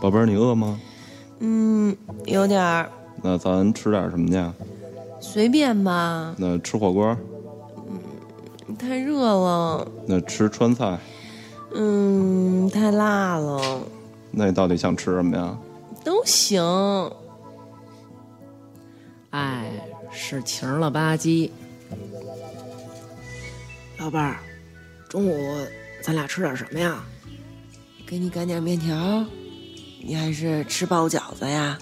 宝贝儿，你饿吗？嗯，有点儿，那咱吃点什么去？随便吧，那吃火锅？太热了，那吃川菜？嗯，太辣了，那你到底想吃什么呀？都行。哎，是晴了吧唧。老伴儿，中午咱俩吃点什么呀？给你擀点面条儿，你还是吃包饺子呀？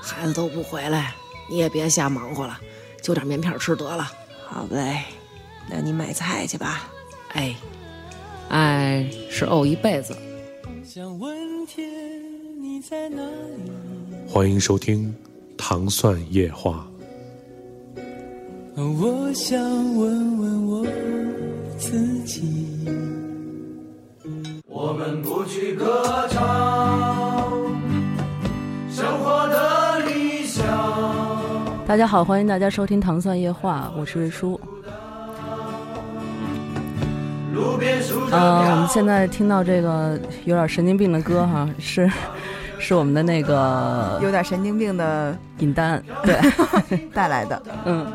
孩子都不回来，你也别瞎忙活了，就点面片吃得了。好嘞，那你买菜去吧。哎，哎，是怄一辈子。想问天，你在哪里？欢迎收听《糖蒜夜话我想问问我自己。我们不去歌唱，生活的理想。大家好，欢迎大家收听《糖蒜夜话》，我是瑞舒。路边树上嗯、我们现在听到这个有点神经病的歌哈，是 是我们的那个有点神经病的尹丹，对， 带来的，嗯，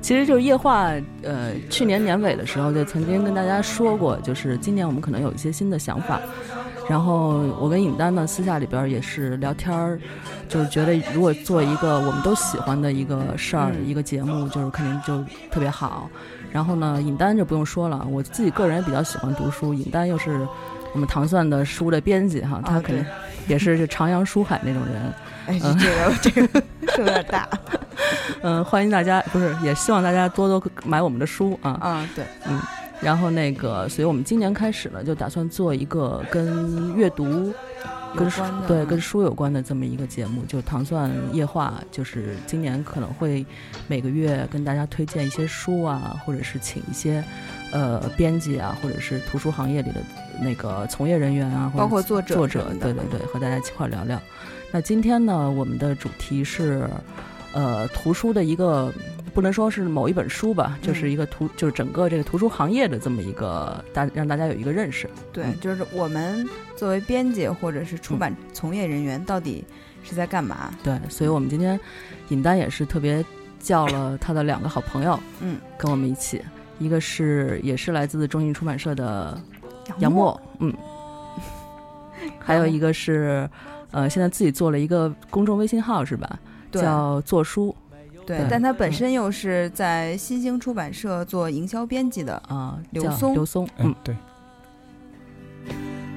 其实就是夜话，呃，去年年尾的时候就曾经跟大家说过，就是今年我们可能有一些新的想法。然后我跟尹丹呢，私下里边也是聊天儿，就是觉得如果做一个我们都喜欢的一个事儿、嗯一个节目，就是肯定就特别好。然后呢，尹丹就不用说了，我自己个人也比较喜欢读书，尹丹又是我们糖蒜的书的编辑哈，他啊肯定对也是就徜徉书海那种人。哎，这个这个 是有点大嗯、欢迎大家，不是也希望大家多多买我们的书啊。啊，对，然后那个，所以我们今年开始呢，就打算做一个跟阅读、跟书有关的对跟书有关的这么一个节目，就糖蒜夜话，就是今年可能会每个月跟大家推荐一些书啊，或者是请一些呃编辑啊，或者是图书行业里的那个从业人员啊，或者包括作者作什者么，的对对对，和大家一块儿聊聊。那今天呢，我们的主题是，呃，图书的一个不能说是某一本书吧，嗯就是一个图，就是整个这个图书行业的这么一个大，让大家有一个认识。对，嗯就是我们作为编辑或者是出版从业人员，到底是在干嘛？对，所以我们今天尹丹也是特别叫了他的两个好朋友，嗯，跟我们一起，一个是也是来自中信出版社的杨默，嗯，还有一个是，呃，现在自己做了一个公众微信号是吧？对叫做书对，对嗯但他本身又是在新兴出版社做营销编辑的，啊，刘叫松刘松，嗯，，对。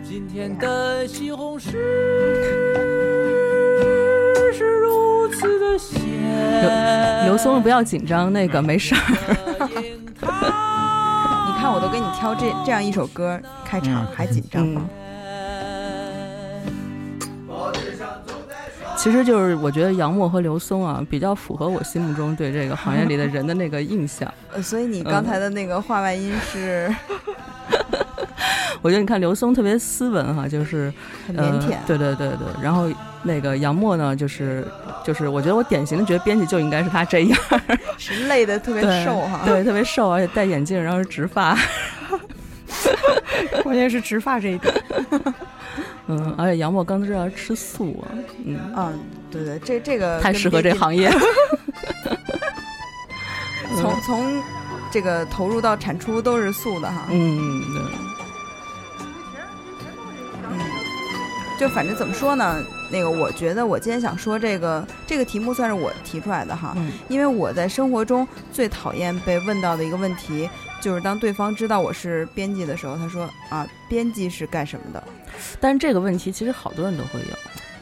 今天的西红柿是如此的哎咸，刘松不要紧张，那嗯个没事儿， 你看我都给你挑这这样一首歌开场，嗯还紧张吗？其实就是我觉得杨默和刘松啊，比较符合我心目中对这个行业里的人的那个印 象。呃所以嗯你刚才的那个话外音 是我觉得你看刘松特别斯文哈、就是很腼腆呃，对对对对。然后那个杨默呢，就是就是，我觉得我典型的觉得编辑就应该是他这样，是累的特别对瘦哈。对，特别瘦，而且戴眼镜，然后是直发， 关键是直发这一点。 嗯，而且杨默刚才是要吃素啊，嗯，嗯，对对，这这个太呃跟适合这编辑行 业。嗯从从这个投入到产出都是素的哈，嗯，对。就反正怎么说呢，那个我觉得我今天想说这个这个题目算是我提出来的哈，嗯因为我在生活中最讨厌被问到的一个问题，就是当对方知道我是编辑的时候，他说啊，编辑是干什么的？但是这个问题其实好多人都会有，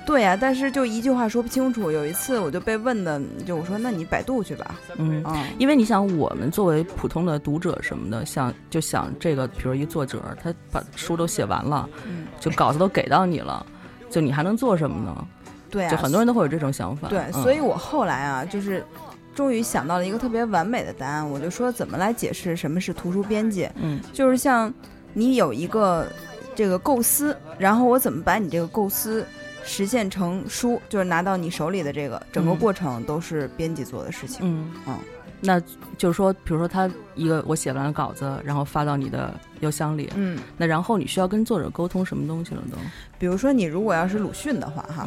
对呀、但是就一句话说不清楚。有一次我就被问的，就我说那你百度去吧，嗯， 嗯，因为你想，我们作为普通的读者什么的，想就想这个，比如一作者，他把书都写完了，嗯就稿子都给到你了，就你还能做什么呢？对啊，就很多人都会有这种想法。对，嗯所以我后来啊，就是终于想到了一个特别完美的答案。我就说怎么来解释什么是图书编辑，嗯就是像你有一个这个构思，然后我怎么把你这个构思实现成书，就是拿到你手里的这个整个嗯过程都是编辑做的事情。嗯嗯那就是说，比如说他一个我写完了稿子，然后发到你的邮箱里，嗯，那然后你需要跟作者沟通什么东西了都？比如说你如果要是鲁迅的话，哈，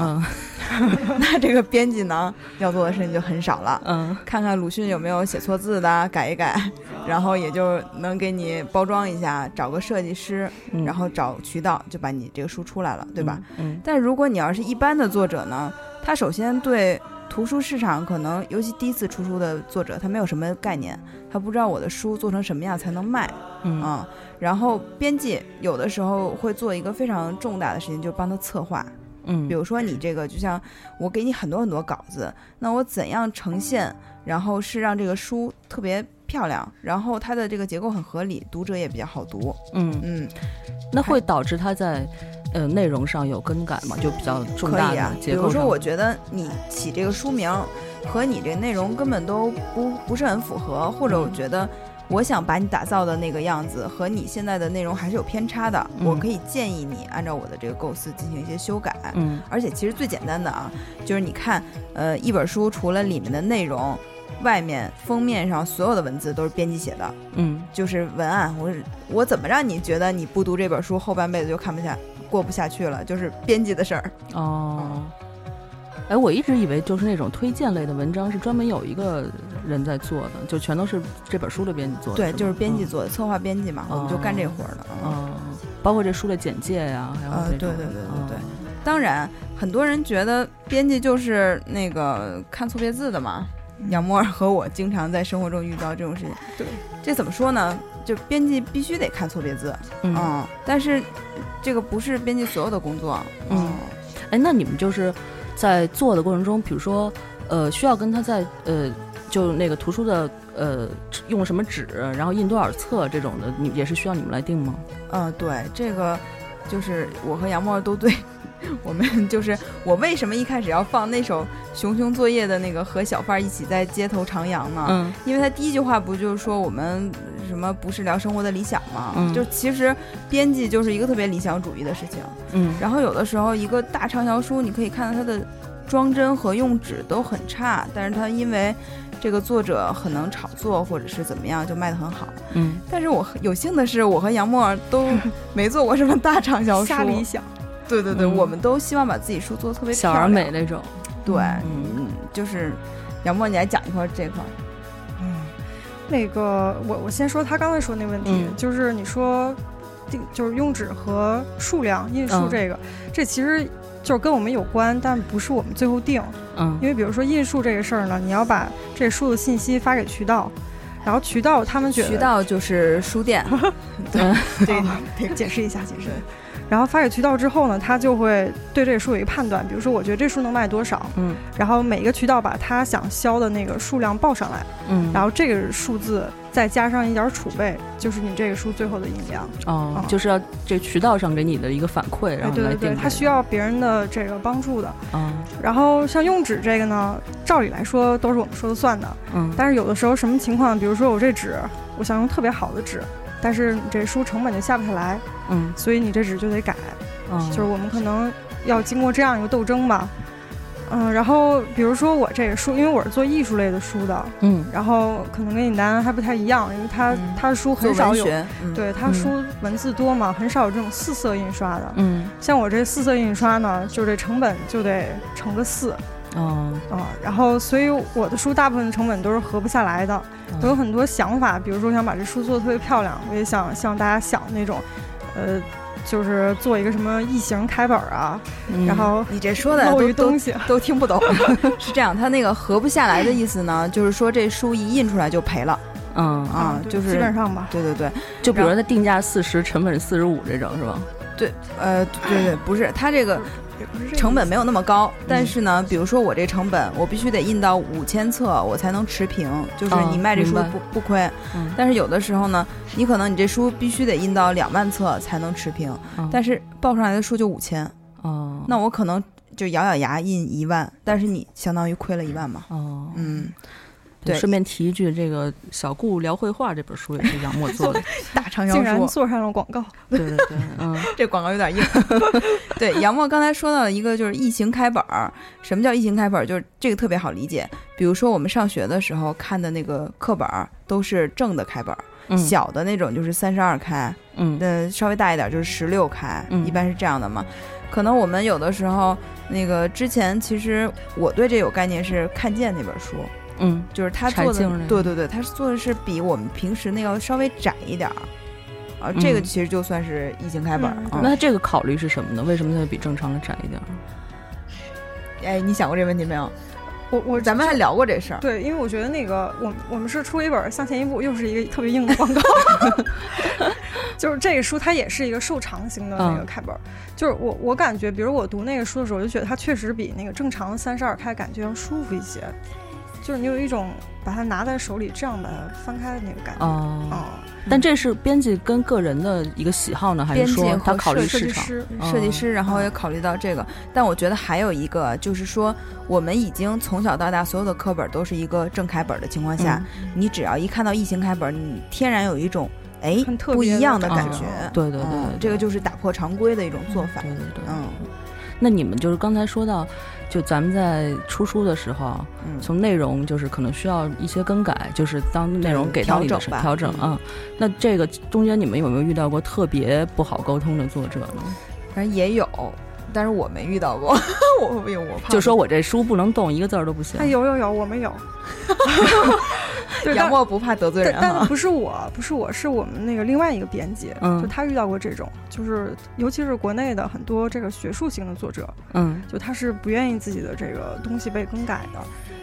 嗯 那这个编辑呢要做的事情就很少了。嗯看看鲁迅有没有写错字的，改一改，然后也就能给你包装一下，找个设计师，嗯，然后找渠道就把你这个书出来了，对吧？嗯？但如果你要是一般的作者呢，他首先对图书市场可能，尤其第一次出书的作者，他没有什么概念，他不知道我的书做成什么样才能卖嗯嗯啊、然后编辑有的时候会做一个非常重大的事情，就帮他策划，嗯，比如说你这个，就像我给你很多很多稿子，那我怎样呈现，然后是让这个书特别漂亮，然后它的这个结构很合理，读者也比较好读。嗯，嗯，那会导致他在呃内容上有更改嘛？就比较重可大以的啊。比结构上。如说，我觉得你起这个书名和你这个内容根本都不不是很符合，或嗯者我觉得。我想把你打造的那个样子和你现在的内容还是有偏差的，我嗯可以建议你按照我的这个构思进行一些修改。嗯而且其实最简单的啊，就是你看，呃，一本书除了里面的内容，外面封面上所有的文字都是编辑写的，嗯就是文案。我我怎么让你觉得你不读这本书后半辈子就看不下过不下去了？就是编辑的事儿。哦。哎，我一直以为就是那种推荐类的文章是专门有一个人在做的，就全都是这本书的编辑做的。对，吗嗯就是编辑。做的，策划编辑嘛，我们就哦干这活儿的。嗯嗯，哦，包括这书的简介呀，还有啊这种对对对对对哦当然，很多人觉得编辑就是那个看错别字的嘛。杨沫儿和我经常在生活中遇到这种事情。嗯对，这怎么说呢？就编辑必须得看错别字。嗯，嗯，但是这个不是编辑所有的工作，嗯哎，那你们就是在做的过程中，比如说，呃，需要跟他在呃，就那个图书的呃，用什么纸，然后印多少册这种的，你也是需要你们来定吗？嗯、呃，对，这个就是我和杨沫都对， 我们就是我为什么一开始要放那首《熊熊作业》的那个和小贩儿一起在街头徜徉呢？嗯因为他第一句话不就是说我们什么不是聊生活的理想嘛？嗯就其实编辑就是一个特别理想主义的事情，嗯然后有的时候一个大畅销书，你可以看到它的装帧和用纸都很差，但是它因为这个作者很能炒作或者是怎么样，就卖得很好。嗯，但是我和有幸的是，我和杨沫都 没做过什么大畅销书，想，对对对，嗯我们都希望把自己书做得特别小漂而亮美。那种。对，嗯嗯，就是杨沫，你来讲一块儿这块儿。嗯那个，我我先说他刚才说那问题，嗯 就是你说定就是用纸和数量印数嗯这个，这其实就是跟我们有关，但不是我们最后定。嗯因为比如说印数这个事儿呢，你要把这书的信息发给渠道，然后渠道他们觉得渠道就是书店， 对嗯，这个得解释一下，解释。然后发给渠道之后呢，他就会对这个书有一个判断，比如说我觉得这书能卖多少，嗯然后每个渠道把他想销的那个数量报上来，嗯，然后这个数字再加上一点儿储备，就是你这个书最后的印量。哦啊，就是要这渠道上给你的一个反馈，然哎，后对来对定这对，个。它需要别人的这个帮助的。嗯然后像用纸这个呢，照理来说都是我们说了算的，嗯，但是有的时候什么情况，比如说我这纸，我想用特别好的纸，但是你这书成本就下不下来，嗯所以你这纸就得改。嗯，就是我们可能要经过这样一个斗争吧。嗯，然后比如说我这个书，因为我是做艺术类的书的，嗯然后可能跟尹丹还不太一样，因为他、嗯他的书做很少文有，学，嗯，对他嗯书文字多嘛，很少有这种四色印刷的。嗯像我这四色印刷呢，就这成本就得乘个四哦，啊，然后所以我的书大部分成本都是合不下来的。我有很多想法，比如说我想把这书做的特别漂亮，我也想像大家想那种，呃，就是做一个什么异形开本儿啊，嗯然后你这说的露都一都东西，都听 不懂。是这样，他那个合不下来的意思呢，就是说这书一印出来就赔了嗯，啊，对就是基本上吧。对对对就比如说它定价四十，成本四十五这种是吧？对，呃，对对，不是，他这个也不是这个成本意没有那么高，但是呢，比如说我这成本，我必须得印到五千册，我才能持平，就是哦你卖这书明白不不亏。嗯但是有的时候呢，你可能你这书必须得印到两万册才能持平，嗯但是报上来的书就五千，哦，那我可能就咬咬牙印一万，但是你相当于亏了一万嘛。哦，嗯，对顺便提一句，这个《小顾聊绘画》这本书也是杨墨 做的，大长竟然腰说，做上了广告。对对对，嗯，这广告有点硬。 对，杨默刚才说到了一个就是疫情开本儿，什么叫疫情开本儿？就是这个特别好理解。比如说我们上学的时候看的那个课本儿都是正的开本儿，嗯小的那种就是三十二开，嗯那稍微大一点就是十六开，嗯一般是这样的嘛。可能我们有的时候，那个之前其实我对这有概念是《看见》那本书，嗯，就是他柴做的静那，个对对对，他做的是比我们平时那要稍微窄一点儿，啊，这个嗯其实就算是疫情开本儿嗯。啊那这个考虑是什么呢？为什么它会比正常的窄一点儿？哎，你想过这问题没有？我我咱们还聊过这事儿，对，因为我觉得那个我们我们是出了一本《向前一步》，又是一个特别硬的广告，就是这个书它也是一个瘦长型的那个嗯开本儿，就是我我感觉，比如我读那个书的时候，我就觉得它确实比那个正常三十二开感觉要舒服一些，就是你有一种把它拿在手里这样把它翻开的那个感觉。哦、哦，嗯但这是编辑跟个人的一个喜好呢，还 编是辑说和他考虑设设市计场？师，嗯设计师，然后也考虑到这个。但我觉得还有一个就是说，我们已经从小到大所有的课本都是一个正开本的情况下，嗯你只要一看到异形开本，你天然有一种哎很特不别一的样的感感觉觉。哦对对对嗯对这个就是打破常规的一种做法。对对对。嗯那你们就是刚才说到，就咱们在出书的时候，嗯，从内容就是可能需要一些更改，就是当内容给到你的时候调调整整吧啊、嗯那这个中间你们有没有遇到过特别不好沟通的作者呢？嗯反正也有，但是我没遇到过， 我我我怕就说我这书不能动，一个字儿都不行。哎，有有有，我们有。对，杨但默不怕得罪人但但啊。不是我，不是我，是我们那个另外一个编辑，嗯就他遇到过这种，就是尤其是国内的很多这个学术型的作者，嗯就他是不愿意自己的这个东西被更改的，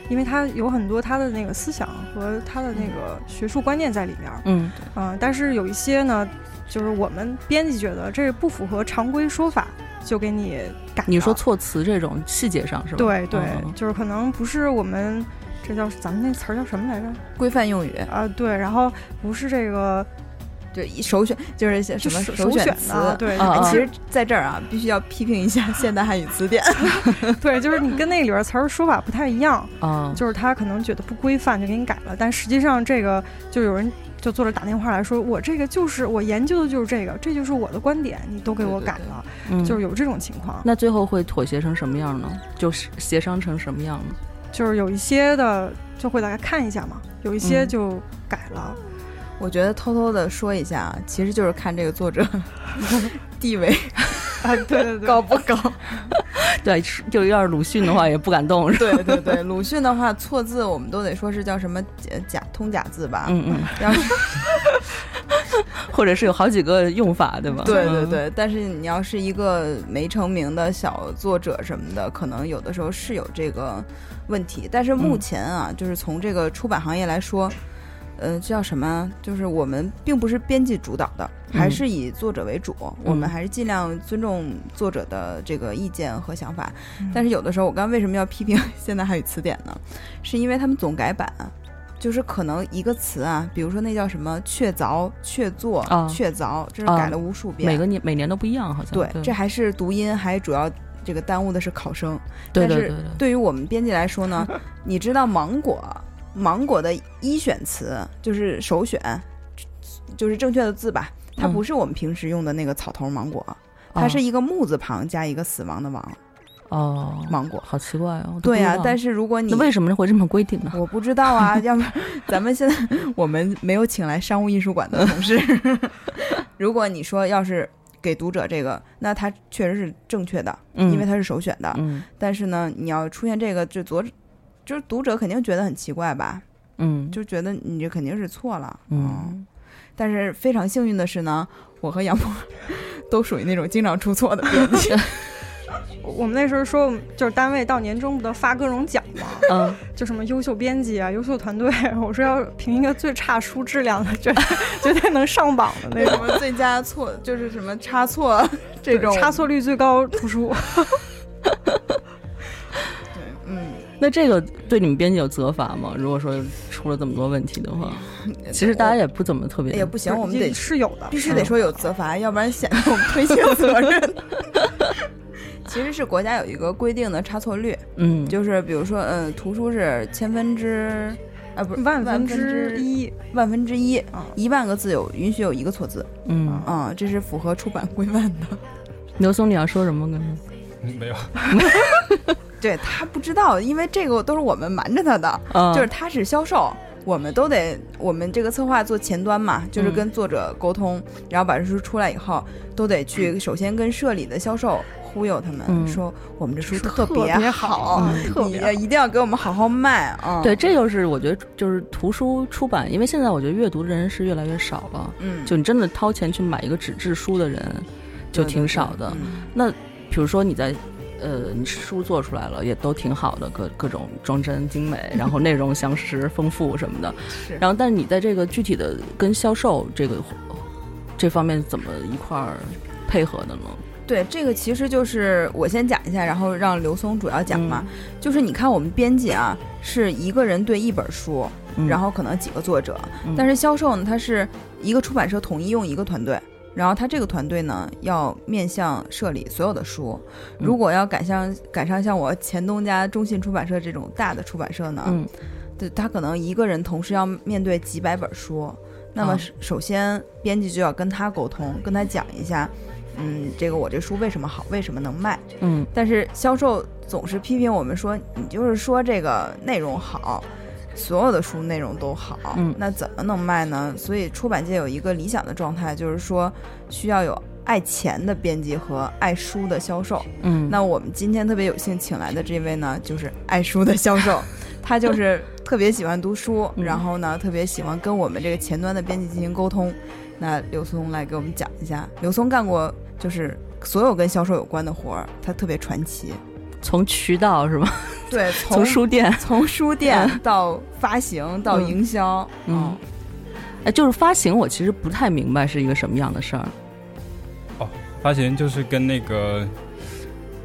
因为他有很多他的那个思想和他的那个学术观念在里面儿，嗯嗯、但是有一些呢，就是我们编辑觉得这不符合常规说法，就给你改了。你说措辞这种细节上是吧？对对，嗯就是可能不是我们。这叫咱们那词儿叫什么来着？规范用语，啊，对，然后不是这个， 对一首选就是什就么是首选选的词。啊，对，啊哎啊其实在这儿啊，必须要批评一下现代汉语词典。对，就是你跟那里边词儿说法不太一样，啊，就是他可能觉得不规范就给你改了，但实际上这个就有人就作者打电话来说，我这个就是我研究的就是这个，这就是我的观点，你都给我对对改了，嗯就是有这种情况，那最后会妥协成什么样呢？就是协商成什么样呢？就是有一些的就会大家看一下嘛，有一些嗯就改了，我觉得偷偷的说一下啊，其实就是看这个作者地位啊，对对对， 高不高。对，是就要是鲁迅的话也不敢动，是吧？对对对，鲁迅的话错字我们都得说是叫什么假假通假字吧？嗯嗯， 要是或者是有好几个用法，对吧？嗯对对对，但是你要是一个没成名的小作者什么的，可能有的时候是有这个问题。但是嗯目前啊，就是从这个出版行业来说，呃，叫什么？就是我们并不是编辑主导的，还嗯是以作者为主。我们嗯还是尽量尊重作者的这个意见和想法。嗯但是有的时候，我刚刚为什么要批评 现代汉语词典呢？是因为他们总改版。就是可能一个词啊，比如说那叫什么“确凿”“确作”“啊确凿”，这是啊改了无数遍。每个年每年都不一样，好像。对，对这还是读音，还主要这个耽误的是考生。对对但是对对对于我们编辑来说呢， 你知道芒果，芒果的一选词就是首选，就是正确的字吧，它嗯不是我们平时用的那个草头芒果，哦它是一个木字旁加一个死亡的亡，哦，芒果。好奇怪哦。对呀、呀，但是是如果你那为什么会这么规定呢？我不知 道啊，要不咱们现在我们没有请来商务艺术馆的 同事。如果你说要是给读者这个，那它确实是正确的，嗯因为它是首选的。嗯但是呢，你要出现这个，就昨就是读者肯定觉得很奇怪吧，嗯，就觉得你这肯定是错了。哦嗯，但是非常幸运的是呢，我和杨波 都属于那种经常出错的编辑。我们那时候说我们就是单位到年终不都发各种奖吗？嗯就什么优秀编辑啊、优秀团队，我说要评一个最差书质量的，绝对绝对能 上榜的那那种什。么最佳错就是什么差错 这种差，错率最高图书，嗯，那这个对你们编辑有责罚吗？如果说出了这么多问题的话，哎其实大家也不怎么特别也哎不行，我们也得是有的，必须得说有嗯责罚，要不然显得我们推卸责 任。其实是国家有一个规定的差错率，嗯，就是比如说，呃，图书是千分之啊，不是万分嗯分之一万分之一啊，一万个字有允许有一个错字嗯，啊，这是符合出版规范的。刘松，你要说什么？跟他没有，对他不知道，因为这个都是我们瞒着他的，啊就是他是销售，我们都得我们这个策划做前端嘛，就是嗯跟作者沟通，然后把这书出来以后，都得去首先跟社里的销售忽悠他们，嗯说我们这书书特特别好，好特你别要一定要给我们好好卖啊！对，，这就是我觉得就是图书出版，因为现在我觉得阅读的人是越来越少了，嗯，就你真的掏钱去买一个纸质书的人就对嗯挺少的。，比如说你在。呃，你书做出来了，也都挺好的，各各种装帧精美，然后内容详实丰富什么的。是然后，但是你在这个具体的跟销售这个这方面怎么一块儿配合的呢？对，这个其实就是我先讲一下，然后让刘松主要讲嘛。嗯就是你看我们编辑啊，是一个人对一本书，嗯然后可能几个作者，嗯但是销售呢，它是一个出版社统一用一个团队。然后他这个团队呢，要面向社里所有的书。嗯如果要赶上赶上像我前东家中信出版社这种大的出版社呢，嗯，对他可能一个人同时要面对几百本书，那啊么首首先编辑就要跟他沟通，跟他讲一下，嗯，这个我这书为什么好，为什么能卖。嗯但是销售总是批评我们说，你就是说这个内容好，所有的书内容都好，嗯那怎么能卖呢？所以出版界有一个理想的状态，就是说需要有爱钱的编辑和爱书的销售。嗯，那我们今天特别有幸请来的这位呢，就是爱书的销 售，他就是特别喜欢读书，嗯然后呢，特别喜欢跟我们这个前端的编辑进行沟通。那刘松来给我们讲一下，刘松干过就是所有跟销售有关的活儿，他特别传奇。从渠道是吧？对，从 从书店，从书店到发行到嗯营销，哦嗯，哎，就是发行，我其实不太明白是一个什么样的事儿。发行就是跟那个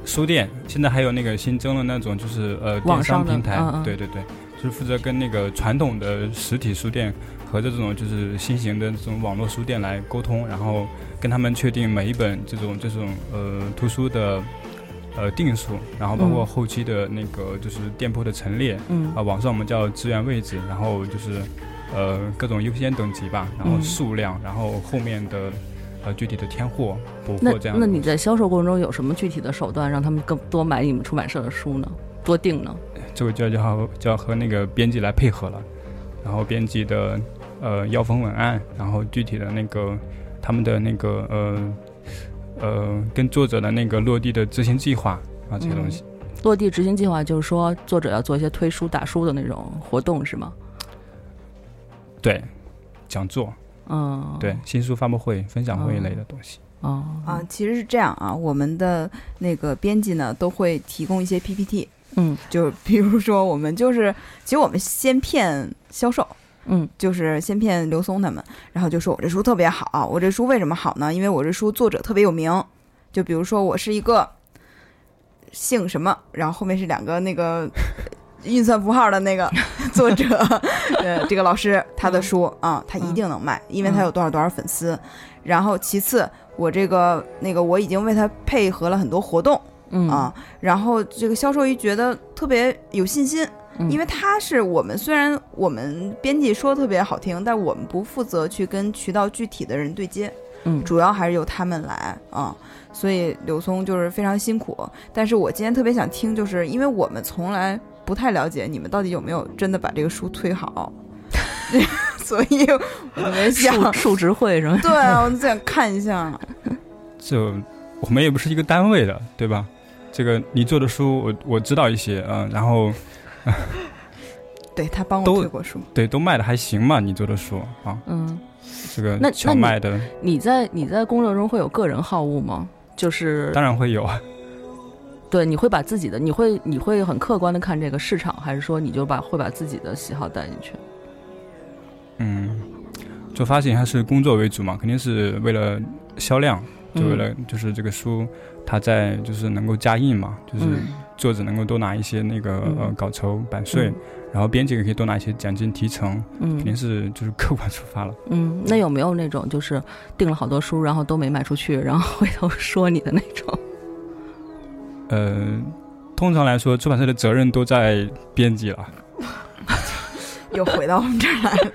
书店，现在还有那个新增的那种，就是呃网电上商的平台，嗯嗯对对对，就是负责跟那个传统的实体书店和这种就是新型的这种网络书店来沟通，然后跟他们确定每一本这种这种呃图书的呃定数，然后包括嗯后期的那个就是店铺的陈列，嗯啊、网上我们叫资源位置，然后就是呃各种优先等级吧，然后嗯数量，然后后面的呃具体的添货、补那货这样那的东西。你在销售过程中有什么具体的手段让他们更多买你们出版社的书呢？多订呢？这个就要就要就要和那个编辑来配合了，然后编辑的呃要风文案，然后具体的那个他们的那个呃呃跟作者的那个落地的执行计划啊这些东西。落地执行计划就是说，作者要做一些推书、打书的那种活动是吗？对，讲座，嗯，对，新书发布会、分享会一类的东西。哦，啊，其实是这样啊，我们的那个编辑呢都会提供一些 PPT，嗯就比如说我们就是，其实我们先骗销售，嗯就是先骗刘松他们，然后就说我这书特别好，我这书为什么好呢？因为我这书作者特别有名，就比如说我是一个姓什么，然后后面是两个那个运算符号的那个作者，呃，这个老师他的书啊，他一定能卖，因为他有多少多少粉丝。然后其次，我这个那个我已经为他配合了很多活动，嗯啊，然后这个销售一觉得特别有信心，嗯因为他是我们虽然我们编辑说得特别好听，但我们不负责去跟渠道具体的人对接，嗯主要还是由他们来啊。所以刘松就是非常辛苦，但是我今天特别想听，就是因为我们从来不太了解你们到底有没有真的把这个书推好， 所以我特别想，数数值会什 么？对，啊我就想看一下，这我们也不是一个单位的，对吧？这个你做的书我我知道一些，嗯、然后对他帮我都推过书，对都卖的还行嘛，你做的书啊，嗯，这个那那小你卖的你在你在工作中会有个人好恶吗？就是当然会有啊。对，你会把自己的，你会你会很客观的看这个市场，还是说你就把会把自己的喜好带进去？嗯，做发行还是工作为主嘛，肯定是为了销量，嗯就为了就是这个书它在就是能够加印嘛，就是嗯作者能够多拿一些那个、嗯呃稿酬版税，嗯然后编辑也可以多拿一些奖金提成，肯定嗯是就是客观出发了。嗯，那有没有那种就是订了好多书，然后都没卖出去，然后回头说你的那种？呃，通常来说，出版社的责任都在编辑了。又回到我们这儿来了。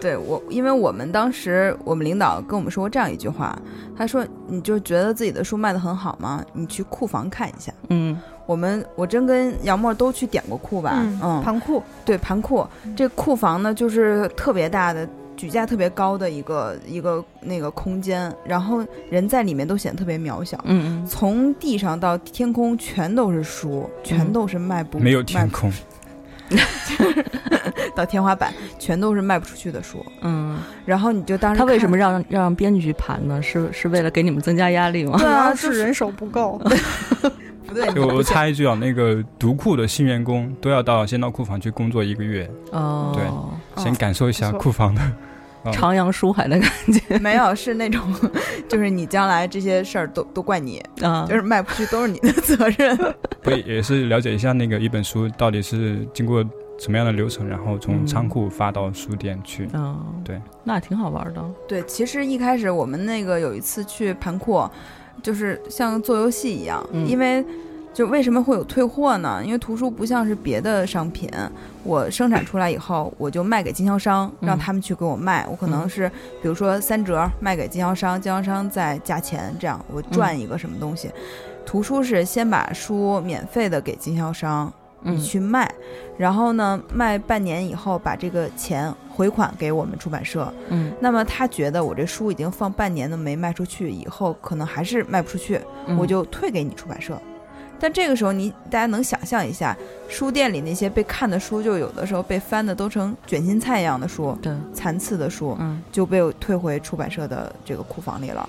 对我，因为我们当时我们领导跟我们说过这样一句话，他说：“你就觉得自己的书卖的很好吗？你去库房看一下。”嗯，我们我真跟杨沫都去点过库吧，嗯嗯，盘库，嗯对盘库，这库房呢就是特别大的。举架特别高的一个一个那个空间，然后人在里面都显得特别渺小，嗯嗯，从地上到天空全都是书，嗯全都是卖不、没有卖天不空，到天花板，全都是卖不出去的书。嗯，然后你就当时他为什看么让让编剧去盘呢？是是为了给你们增加压力吗？主对啊 要就是人手不够。 不对？就我不行插一句啊，那个读库的新员工都要到先到库房去工作一个月，哦，哦先感受一下不错库房的。哦徜徉书海的感觉没有是那种， 就是你将来这些事儿都都怪你，啊，就是卖不出去都是你的责任。不也也是了解一下那个一本书到底是经过什么样的流程，然后从嗯仓库发到书店去。嗯，对，那挺好玩的，对，其实一开始我们那个有一次去盘库，就是像做游戏一样，嗯因为就为什么会有退货呢？因为图书不像是别的商品，我生产出来以后，我就卖给经销商，嗯让他们去给我卖。我可能嗯是比如说三折卖给经销商，经销商再加钱，这样嗯我赚一个什么东西。图书是先把书免费的给经销商，嗯你去卖，然后呢，卖半年以后把这个钱回款给我们出版社。嗯那么他觉得我这书已经放半年都没卖出去，以后可能还是卖不出去，嗯我就退给你出版社。但这个时候你，大家能想象一下，书店里那些被看的书，就有的时候被翻的都成卷心菜一样的书，对，残次的书嗯，就被我退回出版社的这个库房里了。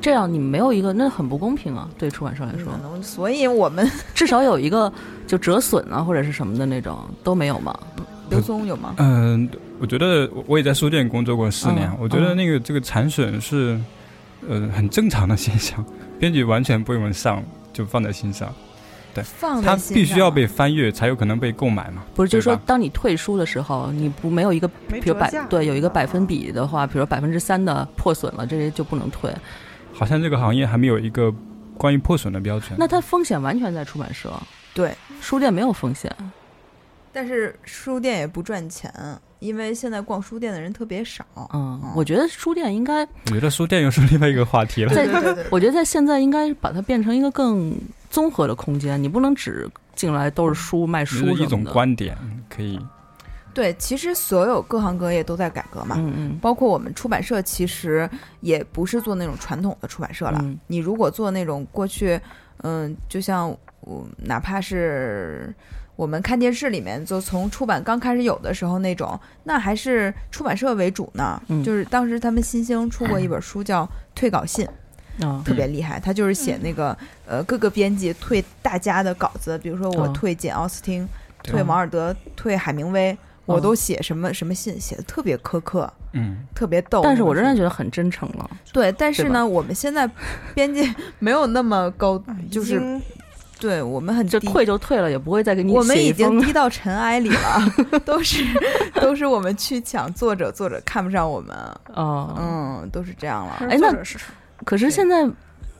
这样你们没有一个，那很不公平啊，对出版社来说，嗯所以我们 至少有一个就折损啊或者是什么的那种都没有嘛，刘松有吗？嗯、我觉得我我也在书店工作过四年，嗯我觉得嗯那个这个产损是呃很正常的现象，编辑完全不用上就放在心上，放在它心必须要上啊被翻阅才有可能被购买嘛。不是，就是对说吧当你退书的时候，你不没有一个没比如折百价对有一个啊百分比的话，比如百分之三的破损了，这些就不能退。好像这个行业还没有一个关于破损的标准。那它风险完全在出版社，对，书店没有风险。但是书店也不赚钱，因为现在逛书店的人特别少。嗯，我觉得书店应该我觉得书店又是另外一个话题了。在对对对，我觉得在现在应该把它变成一个更综合的空间，你不能只进来都是书卖只书是一什种么的。观点，可以对，其实所有各行各业都在改革嘛，嗯嗯包括我们出版社，其实也不是做那种传统的出版社了。嗯你如果做那种过去，嗯，就像我哪怕是我们看电视里面，就从出版刚开始有的时候那种，那还是出版社为主呢。嗯就是当时他们新兴出过一本书叫《退稿信》，啊特别厉害，他就是写那个、呃各个编辑退大家的稿子，比如说我哦退简奥斯汀，对退王尔德，退海明威，我哦都写什么什么信，写的特别苛刻，嗯，特别逗。但是我那仍本然书觉得很真诚了。对，但是对吧啊呢，我们现在编辑没有那么 高，就是已经对我们很就低退就退了，也不会再给你嗯我们写一已经封低到尘埃 里了，都是都是我们去抢作者，作者看不上我们，哦，嗯，都是这样了。哎那作者是可是对现在，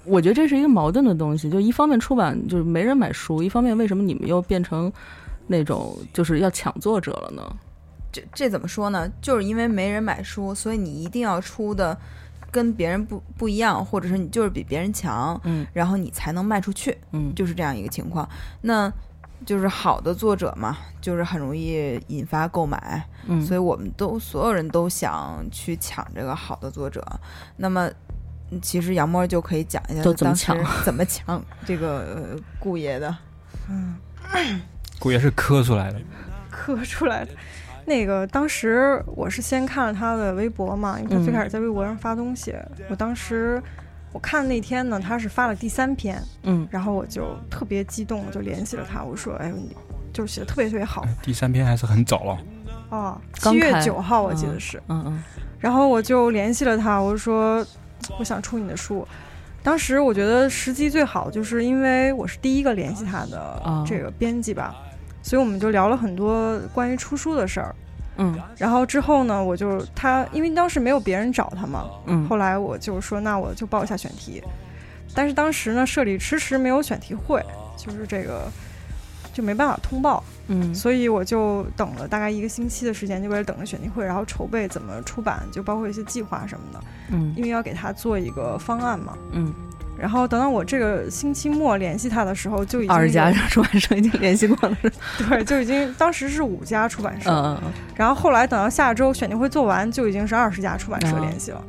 我觉得这是一个矛盾的东西，就一方面出版就是没人买书，一方面为什么你们又变成那种就是要抢作者了呢？这这怎么说呢？就是因为没人买书，所以你一定要出的跟别人不不一样，或者是你就是比别人强，嗯然后你才能卖出去。嗯，就是这样一个情况。那就是好的作者嘛，就是很容易引发购买，嗯所以以我们都所有人都想去抢这个好的作者。那么，嗯其实杨默就可以讲一下都怎么当时抢， 怎么抢这个呃顾爷的。估计是磕出来的。刻出来的。那个当时我是先看了他的微博嘛，因为他最嗯开始在微博上发东西，我当时。我看那天呢，他是发了第三篇，嗯然后我就特别激动，我就联系了他，我说：“哎呦，你就是写的特别特别好哎第三篇还是很早了，哦，七刚月开九号我记嗯得是。嗯嗯然后我就联系了他，我就说我想出你的书。当时我觉得时机最好，就是因为我是第一个联系他的哦这个编辑吧，所以我们就聊了很多关于出书的事儿。嗯然后之后呢，我就他因为当时没有别人找他嘛，嗯，后来我就说那我就报一下选题，但是当时呢社里迟迟没有选题会，就是这个就没办法通报。嗯所以我就等了大概一个星期的时间，就为了等着选题会，然后筹备怎么出版，就包括一些计划什么的。嗯因为要给他做一个方案嘛。嗯。然后等到我这个星期末联系他的时候，就已经二十家有出版社已经联系过了，是吧对，就已经当时是五家出版社，嗯嗯嗯然后后来等到下周选题会做完，就已经是二十家出版社啊联系了。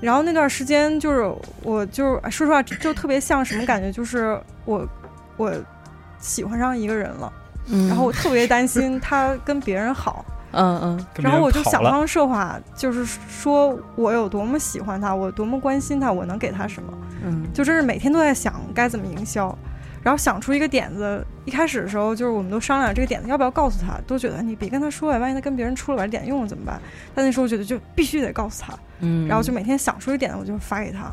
然后那段时间就是，我就是哎说实话，就特别像什么感觉，就是我我喜欢上一个人了，嗯然后我特别担心他跟别人 好，嗯嗯，然后我就想方设法，就是说我有多么喜欢他，我多么关心他，我能给他什么？嗯，就真是每天都在想该怎么营销，然后想出一个点子。一开始的时候，就是我们都商量这个点子要不要告诉他，都觉得你别跟他说呀，万一他跟别人出了，把这点用了怎么办？但那时候觉得就必须得告诉他，嗯然后就每天想出一个点子，我就发给他，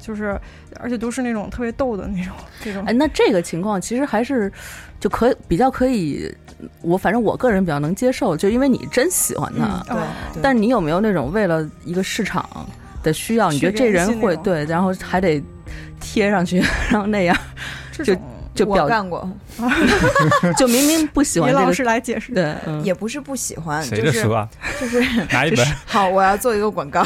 就是而且都是那种特别逗的那种这种。哎，那这个情况其实还是就可比较可以，我反正我个人比较能接受，就因为你真喜欢他。嗯哦对但是你有没有那种为了一个市场的需要，你觉得这人去联会系那种对，然后还得贴上去，然后那样就就 我表干过，就明明不 喜欢李这个，老师来解释，对，嗯也不是不喜欢，谁的书啊？就是就是拿一本好，我要做一个广告，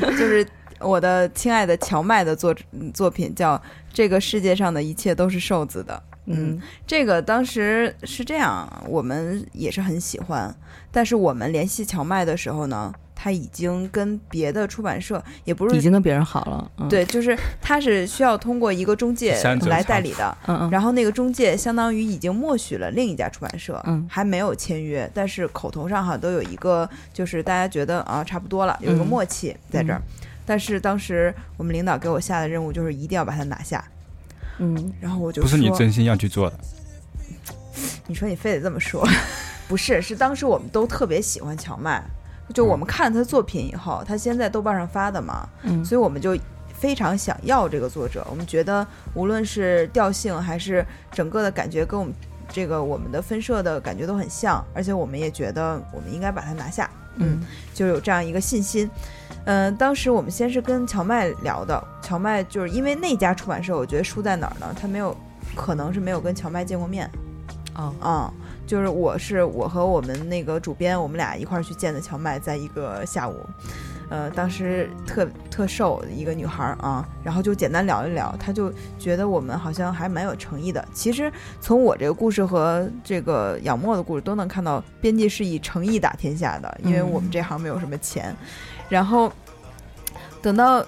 就是我的亲爱的荞麦的作嗯作品叫《这个世界上的一切都是瘦子的》。嗯，这个当时是这样，我们也是很喜欢，但是我们联系荞麦的时候呢，他已经跟别的出版社，也不是已经跟别人好了，嗯、对，就是他是需要通过一个中介三者来仓代理的，嗯嗯然后那个中介相当于已经默许了另一家出版社，嗯还没有签约，但是口头上哈都有一个，就是大家觉得啊差不多了，有一个嗯默契在这儿。嗯但是当时我们领导给我下的任务就是一定要把它拿下，嗯，然后我就不是你说真心要去做的，你说你非得这么说， 不是？是当时我们都特别喜欢荞麦，就我们看了他作品以后，他先在豆瓣上发的嘛，嗯所以我们就非常想要这个作者。我们觉得无论是调性还是整个的感觉，跟我们这个我们的分社的感觉都很像，而且我们也觉得我们应该把它拿下。嗯，就有这样一个信心。嗯，当时我们先是跟荞麦聊的，荞麦就是因为那家出版社，我觉得输在哪儿呢？他没有，可能是没有跟荞麦见过面。哦，啊、就是我是我和我们那个主编，我们俩一块儿去见的荞麦，在一个下午，呃，当时特特瘦一个女孩儿啊，然后就简单聊一聊，她就觉得我们好像还蛮有诚意的。其实从我这个故事和这个仰墨的故事都能看到，编辑是以诚意打天下的，因为我们这行没有什么钱。然后等到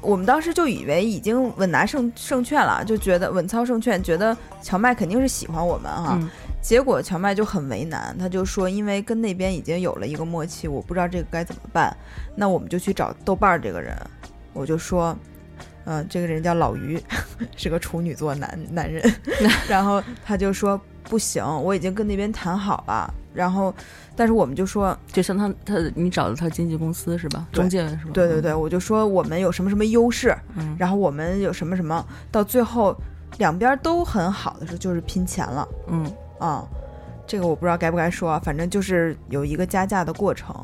我们当时就以为已经稳拿胜胜券了，就觉得稳操胜券，觉得荞麦肯定是喜欢我们哈、嗯结果荞麦就很为难，他就说，因为跟那边已经有了一个默契，我不知道这个该怎么办，那我们就去找豆瓣儿这个人。我就说，嗯、这个人叫老于， 是个处女座男男人。 然后他就说不行，我已经跟那边谈好了。然后，但是我们就说，就像他他你找的他经纪公司是吧？对中介是吧？对对对，我就说我们有什么什么优势，嗯然后我们有什么什么，到最后两边都很好的时候，就是拼钱了。嗯啊、这个我不知道该不该说啊，反正就是有一个加价的过程。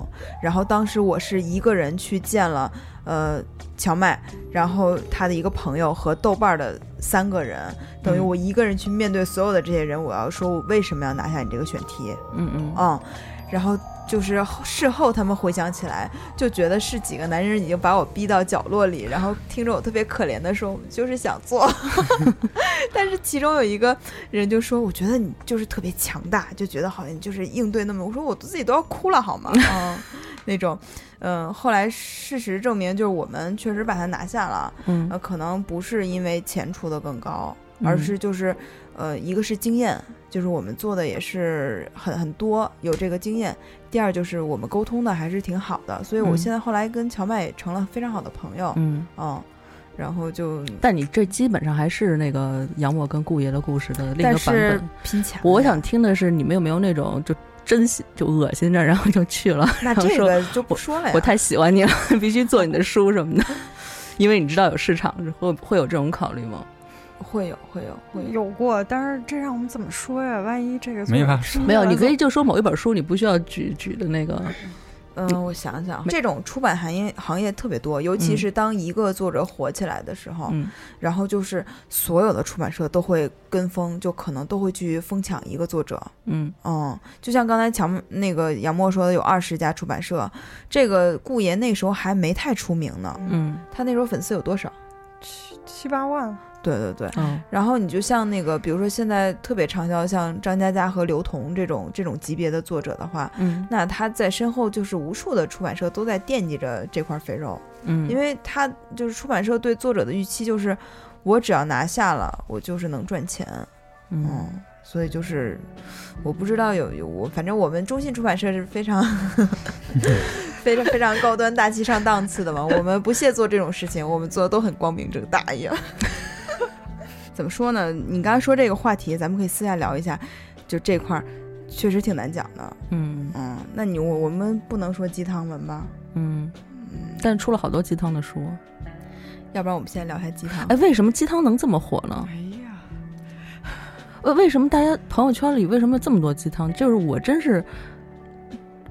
然后当时我是一个人去见了呃荞麦，然后他的一个朋友和豆瓣儿的三个人，等于嗯我一个人去面对所有的这些人，我要说我为什么要拿下你这个选题？嗯嗯嗯，然后就是事后他们回想起来，就觉得是几个男人已经把我逼到角落里，然后听着我特别可怜的说，我们就是想做， 但是其中有一个人就说，我觉得你就是特别强大，就觉得好像就是应对那么，我说我自己都要哭了好吗？嗯，那种。嗯，后来事实证明，就是我们确实把它拿下了。嗯呃，可能不是因为钱出的更高，嗯而是就是，呃，一个是经验，就是我们做的也是很很多有这个经验。第二就是我们沟通的还是挺好的，所以我嗯现在后来跟荞麦也成了非常好的朋友。嗯嗯然后就但你这基本上还是那个杨默跟顾爷的故事的另一但个版是本。拼钱，我想听的是你们有没有那种就真心就恶心着，然后就去了，那然后 这说个就不说了呀 我太喜欢你了，必须做你的书什么的， 因为你知道有市场，会会有这种考虑吗？会有会有会有过，但是这让我们怎么说呀？万一这个没法说没有，你可以就说某一本书，你不需要举举的那个嗯，我想想，没这种出版行业行业特别多，尤其是当一个作者火起来的时候，嗯然后就是所有的出版社都会跟风，就可能都会去疯抢一个作者。嗯嗯，就像刚才强那个杨默说的，有二十家出版社，这个顾爷那时候还没太出名呢，嗯，他那时候粉丝有多少？七八万，对对对，哦然后你就像那个，比如说现在特别畅销，像张嘉佳和刘同这种这种级别的作者的话，嗯那他在身后就是无数的出版社都在惦记着这块肥肉，嗯因为他就是出版社对作者的预期就是，我只要拿下了，我就是能赚钱，哦嗯，所以就是我不知道有有我，反正我们中信出版社是非 常非常非常高端大气上档次的嘛，我们不屑做这种事情，我们做的都很光明正大一样。 怎么说呢？你刚才说这个话题，咱们可以私下聊一下，就这块儿确实挺难讲的。嗯嗯，那你我我们不能说鸡汤文吧？嗯，但出了好多鸡汤的书。要不然我们先聊一下鸡汤。哎，为什么鸡汤能这么火呢？呃为为什么大家朋友圈里为什么这么多鸡汤？就是我真是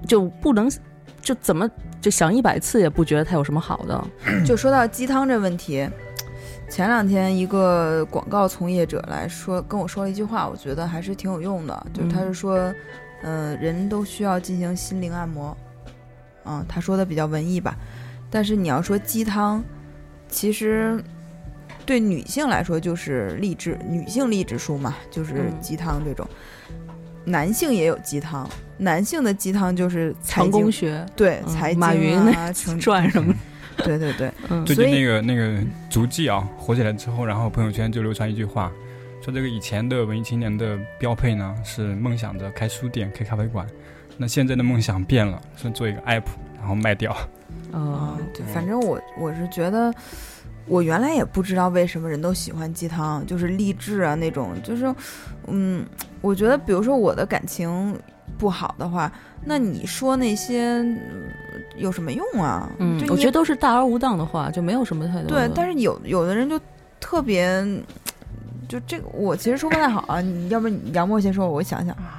就不能就怎么就想一百次也不觉得它有什么好的。就说到鸡汤这问题，前两天一个广告从业者来说跟我说了一句话，我觉得还是挺有用的。就是他嗯是说，呃，人都需要进行心灵按摩。嗯，他说的比较文艺吧，但是你要说鸡汤，其实对女性来说就是励志，女性励志书嘛，就是嗯鸡汤这种。男性也有鸡汤，男性的鸡汤就是财成经功学对嗯财经马云啊那成 传什么？对对对，最近所那以个那个足迹啊火起来之后，然后朋友圈就流传一句话，说这个以前的文艺青年的标配呢是梦想着开书店、开咖啡馆，那现在的梦想变了，是做一个 app，然后卖掉。哦，啊对，反正我我是觉得，我原来也不知道为什么人都喜欢鸡汤，就是励志啊那种，就是，嗯，我觉得比如说我的感情不好的话，那你说那些嗯有什么用啊？嗯对，我你觉得都嗯是大而无当的话，就没有什么太多的。对，但是有有的人就特别，就这个我其实说不太好啊，你要不你杨默先说，我想想，啊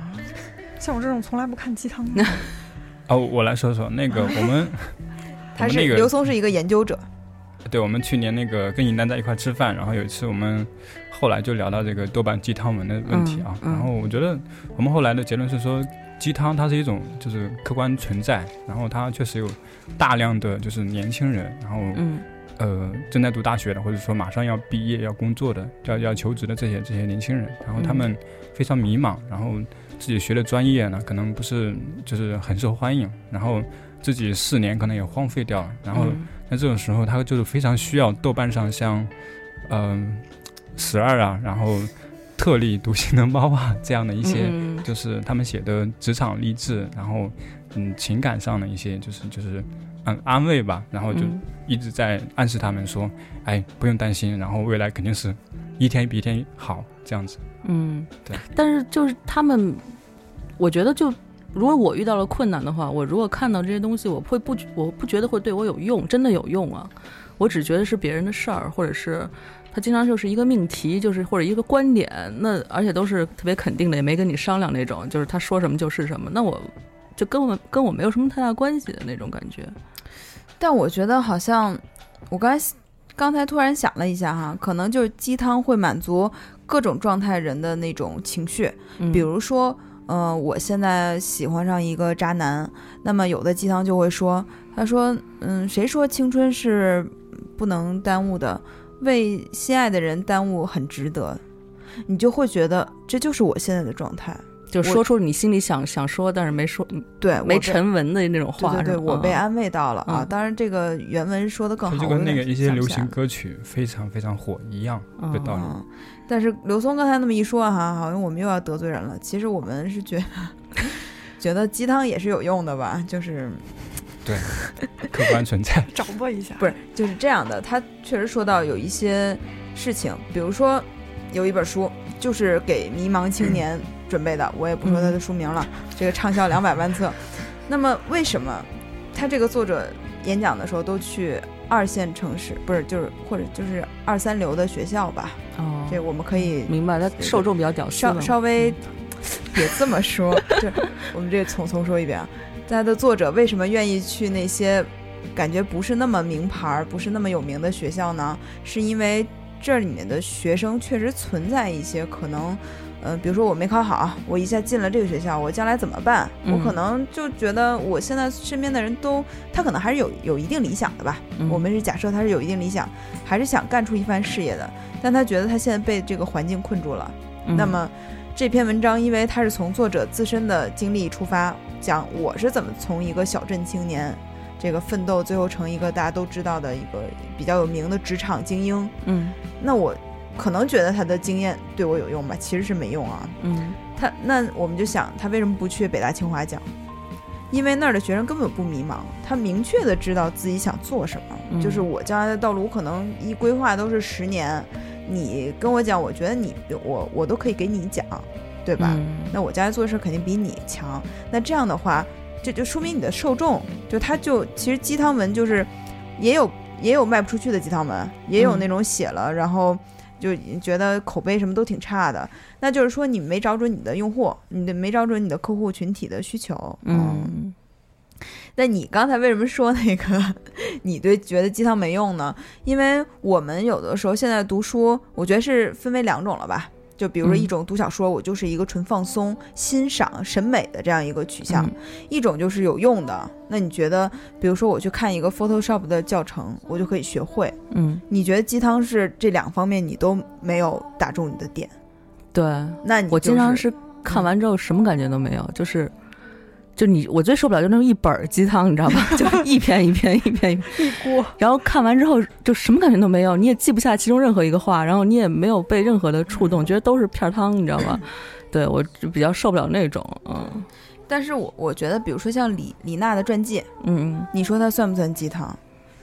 像我这种从来不看鸡汤 的，哦，我来说说那 个我们，他我们那是个刘松是一个研究者，对，我们去年那个跟尹丹在一块吃饭，然后有一次我们后来就聊到这个豆瓣鸡汤文的问题啊，嗯嗯然后我觉得我们后来的结论是说，鸡汤它是一种就是客观存在，然后它确实有大量的就是年轻人，然后嗯呃正在读大学的，或者说马上要毕业要工作的，要要求职的这些这些年轻人，然后他嗯们非常迷茫，然后自己学的专业呢可能不是就是很受欢迎，然后自己四年可能也荒废掉了，然后。嗯那这种时候，他就是非常需要豆瓣上像，嗯、十二啊，然后特立独行的猫啊这样的一些，嗯嗯就是他们写的职场励志，然后嗯情感上的一些就是就是嗯安慰吧，然后就嗯一直在暗示他们说，哎不用担心，然后未来肯定是一天比一天好这样子。嗯，对。但是就是他们，我觉得就如果我遇到了困难的话，我如果看到这些东西，我会不我不觉得会对我有用，真的有用啊。我只觉得是别人的事儿，或者是他经常就是一个命题，就是或者一个观点，那而且都是特别肯定的，也没跟你商量那种，就是他说什么就是什么，那我就跟我跟我没有什么太大关系的那种感觉。但我觉得好像我刚才刚才突然想了一下哈，可能就是鸡汤会满足各种状态人的那种情绪，嗯比如说，呃，我现在喜欢上一个渣男，那么有的鸡汤就会说，他说，嗯，谁说青春是不能耽误的？为心爱的人耽误很值得，你就会觉得这就是我现在的状态。就说出你心里想想说，但是没说，对我没被沉稳的那种话。对对对，是吧我被嗯安慰到了、啊！嗯当然，这个原文说的更它好，就我有跟那点个一些想不流起来行了歌曲非常非常火一样的道理。嗯但是刘松刚才那么一说哈，好像我们又要得罪人了。其实我们是觉 觉得鸡汤也是有用的吧，就是对，客观存 在。掌握一下。不是就是这样的。他确实说到有一些事情，比如说有一本书就是给迷茫嗯青年准备的，我也不说它的书名了，这个畅销两百万 册。那么为什么他这个作者演讲的时候都去二线城市，不是就是或者就是二三流的学校吧？哦，这我们可以明白，他受众比较屌丝稍嘛， 稍微别这么说，就是我们这重重说一遍啊。它的作者为什么愿意去那些感觉不是那么名牌儿、不是那么有名的学校呢？是因为这里面的学生确实存在一些可能，呃，比如说我没考好，我一下进了这个学校，我将来怎么办？嗯我可能就觉得我现在身边的人都，他可能还是有有一定理想的吧。嗯我们是假设他是有一定理想，还是想干出一番事业的，但他觉得他现在被这个环境困住了。嗯那么这篇文章，因为它是从作者自身的经历出发，讲我是怎么从一个小镇青年，这个奋斗最后成一个大家都知道的一个比较有名的职场精英。嗯那我可能觉得他的经验对我有用吧，其实是没用啊。嗯他那我们就想，他为什么不去北大清华讲？因为那儿的学生根本不迷茫，他明确的知道自己想做什么。嗯就是我将来的道路，可能一规划都是十年。你跟我讲，我觉得你我我都可以给你讲，对吧？嗯那我将来做事肯定比你强。那这样的话，这就说明你的受众，就他就其实鸡汤文就是也有也有卖不出去的鸡汤文，也有嗯那种写了、然后就觉得口碑什么都挺差的。那就是说你没找准你的用户，你的没找准你的客户群体的需求。嗯那你刚才为什么说那个你对觉得鸡汤没用呢？因为我们有的时候现在读书，我觉得是分为两种了吧。就比如说嗯一种读小说，我就是一个纯放松、欣赏、审美的这样一个取向；嗯一种就是有用的。那你觉得，比如说我去看一个 Photoshop 的教程，我就可以学会。嗯，你觉得鸡汤是这两方面你都没有打中你的点，对那你、就是、我经常是看完之后什么感觉都没有，就是。就你，我最受不了就那种一本儿鸡汤，你知道吧？ 就一篇一篇一篇一篇，一锅。然后看完之后就什么感觉都没有，你也记不下其中任何一个话，然后你也没有被任何的触动，觉得都是片儿汤，你知道吗？ 对我就比较受不了那种，嗯但是我我觉得，比如说像李李娜的传记，嗯你说它算不算鸡汤？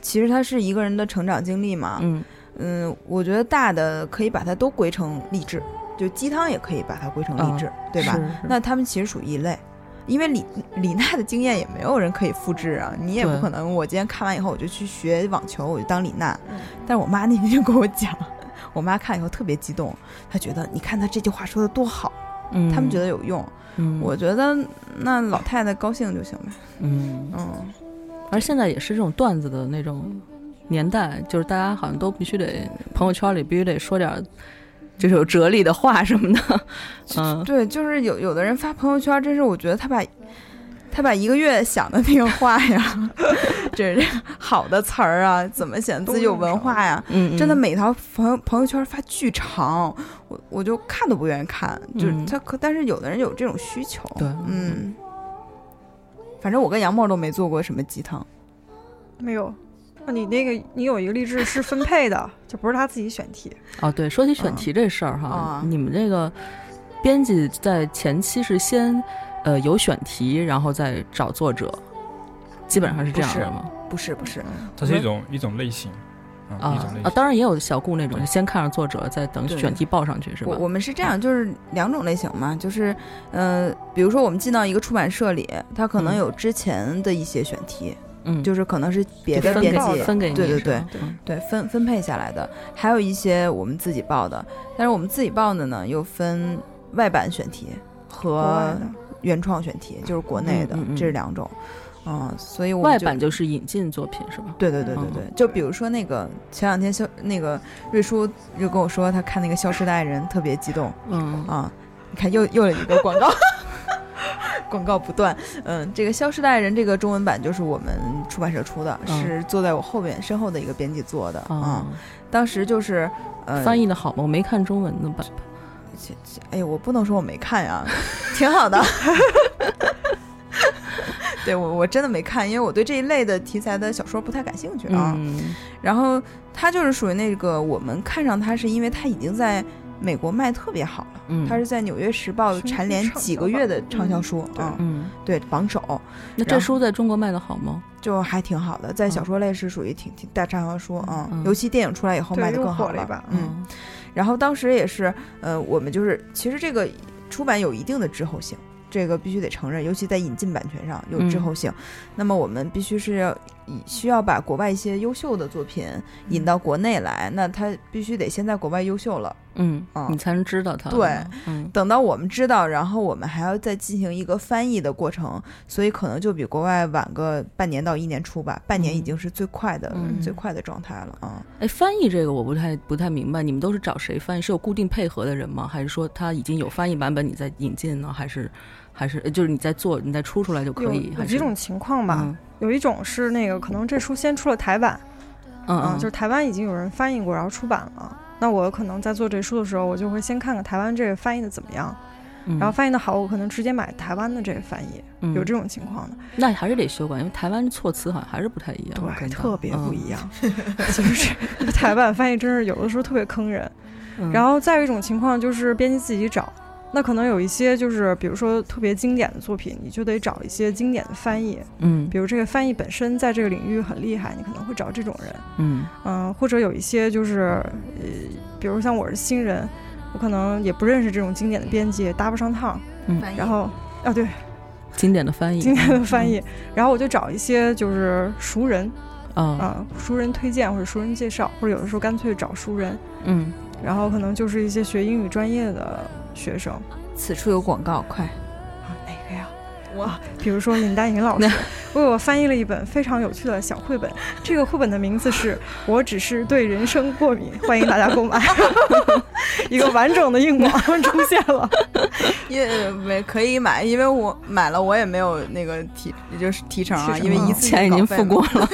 其实它是一个人的成长经历嘛。嗯嗯，我觉得大的可以把它都归成励志，就鸡汤也可以把它归成励志，对吧？？嗯是那他们其实属于一类，因为李李娜的经验也没有人可以复制啊，你也不对可能。我今天看完以后我就去学网球，我就当李娜。嗯但是我妈那天就跟我讲，我妈看以后特别激动，她觉得你看她这句话说的多好，嗯他们觉得有用。嗯我觉得那老太太高兴就行呗。嗯，嗯。而现在也是这种段子的那种年代，就是大家好像都必须得朋友圈里必须得说点儿就是有哲理的话什么的， 嗯，对，就是有有的人发朋友圈，真是我觉得他把，他把一个月想的那个话呀， 这是好的词儿啊，怎么显得自己有文化呀？嗯，嗯真的，每条朋友朋友圈发巨长，我我就看都不愿意看，就是嗯他可，但是有的人有这种需求，对嗯，反正我跟杨沫都没做过什么鸡汤，没有。那你那个，你有一个励志是分配的， 就不是他自己选题。哦，对，说起选题这事儿哈，啊你们这个编辑在前期是先呃有选题，然后再找作者，基本上是这样的吗？不是不是，嗯它是一种一种类型，嗯啊一种类啊，型。当然也有小顾那种，对先看上作者，再等对选题报上去是吧嗯我？我们是这样，就是两种类型嘛，就是，呃，比如说我们进到一个出版社里，它可能嗯有之前的一些选题，嗯，就是是可能是别的分编给辑分给你对对是吧嗯对对分分配下来的，还有一些我们自己报的，但是我们自己报的呢又分外版选题国外和的原创选题，就是国内的，嗯嗯嗯这是两种，嗯，所以我们外就版就是嗯引进作品是吧？对对对对对，就比如说那个前两天消那个瑞叔就跟我说他看那个《消失的爱人》特别激动，嗯啊，你看又又有一个广告， 广告不断。嗯，这个《消失的爱人》这个中文版就是我们出版社出的，嗯是坐在我后边身后的一个编辑做嗯的啊、啊，当时就是呃翻译的好吗？我没看中文的版本。哎呀，我不能说我没看呀， 挺好的。对我我真的没看，因为我对这一类的题材的小说不太感兴趣啊。嗯然后它就是属于那个我们看上它是因为它已经在美国卖特别好了，嗯它是在《纽约时报》嗯蝉联几个月的畅销书啊、嗯，对榜首，那这书在中国卖的好吗？就还挺好的，嗯在小说类是属于挺挺大畅销书啊、嗯尤其电影出来以后对卖的又更火好了一把嗯，然后当时也是，呃，我们就是其实这个出版有一定的滞后嗯性，这个必须得承认，尤其在引进版权上有滞后性。那么我们必须是要需要把国外一些优秀的作品嗯引到国内来，那他必须得先在国外优秀了，嗯啊，你才能知道它。对，嗯等到我们知道，然后我们还要再进行一个翻译的过程，所以可能就比国外晚个半年到一年出吧。嗯半年已经是最快的、呃嗯最快的状态了啊。哎，翻译这个我不太不太明白，你们都是找谁翻译？是有固定配合的人吗？还是说他已经有翻译版本，你再引进呢？还是还是呃就是你再做，你再出出来就有可以？有还几是种情况吧，嗯有一种是那个可能这书先出了台版，嗯啊，嗯就是台湾已经有人翻译过，然后出版了。那我可能在做这书的时候，我就会先看看台湾这个翻译的怎么样，嗯然后翻译的好，我可能直接买台湾的这个翻译，嗯有这种情况的， 那还是得修改，因为台湾措辞好像还是不太一样，对，跟它特别不一样。嗯其实这个台版翻译真是有的时候特别坑人。嗯然后再有一种情况就是编辑自己找，那可能有一些就是比如说特别经典的作品，你就得找一些经典的翻译，嗯比如这个翻译本身在这个领域很厉害，你可能会找这种人。嗯嗯，或者有一些就是，呃，比如像我是新人，我可能也不认识这种经典的编辑，也搭不上趟。嗯然后啊，对，经典的翻译，嗯经典的翻译，然后我就找一些就是熟人，啊啊、熟人推荐或者熟人介绍，或者有的时候干脆找熟人，嗯，然后可能就是一些学英语专业的学生。此处有广告，快！啊哇，比如说林丹莹 老师为我翻译了一本非常有趣的小绘本，这个绘本的名字是《我只是对人生过敏》，欢迎大家购买。 一个完整的硬广 出现了，也没可以买，因为我买了，我也没有那个提，也就是提成啊，提成因为一次性钱已经稿费付嘛过了。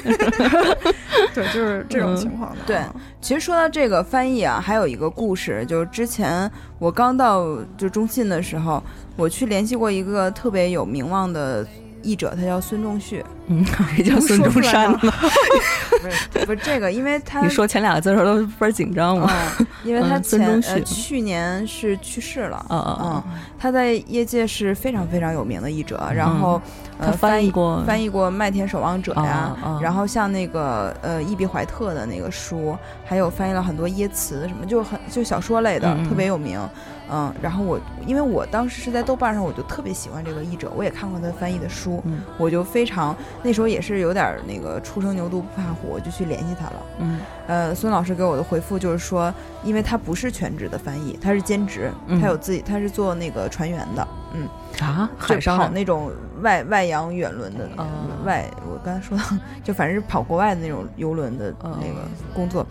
对，就是这嗯种情况的。啊对， 其实说到这个翻译啊，还有一个故事，就是之前我刚到就中信的时候，我去联系过一个特别有名望的译者，他叫孙仲旭，嗯， 谁叫孙中山呢？不是不是这个，因为 他你说前俩字儿的时候都倍儿紧张我。嗯因为他嗯孙前、中旭呃去年是去世了，啊嗯嗯嗯嗯，他在业界是非常非常有名的译者，然后、嗯他呃翻翻译过翻译过《麦田守望者》呀，哦哦然后像那个呃伊比怀特的那个书，还有翻译了很多耶茨什么，就很就小说类的、嗯嗯特别有名。嗯，然后我因为我当时是在豆瓣上，我就特别喜欢这个译者，我也看过他翻译的书，嗯我就非常那时候也是有点儿那个初生牛犊不怕虎，我就去联系他了。嗯呃，孙老师给我的回复就是说，因为他不是全职的翻译，他是兼职，嗯他有自己，他是做那个船员的，嗯，啊，就海上跑的那种外外洋远轮的、那个哦外，我刚才说到，就反正是跑国外的那种游轮的哦那个工作。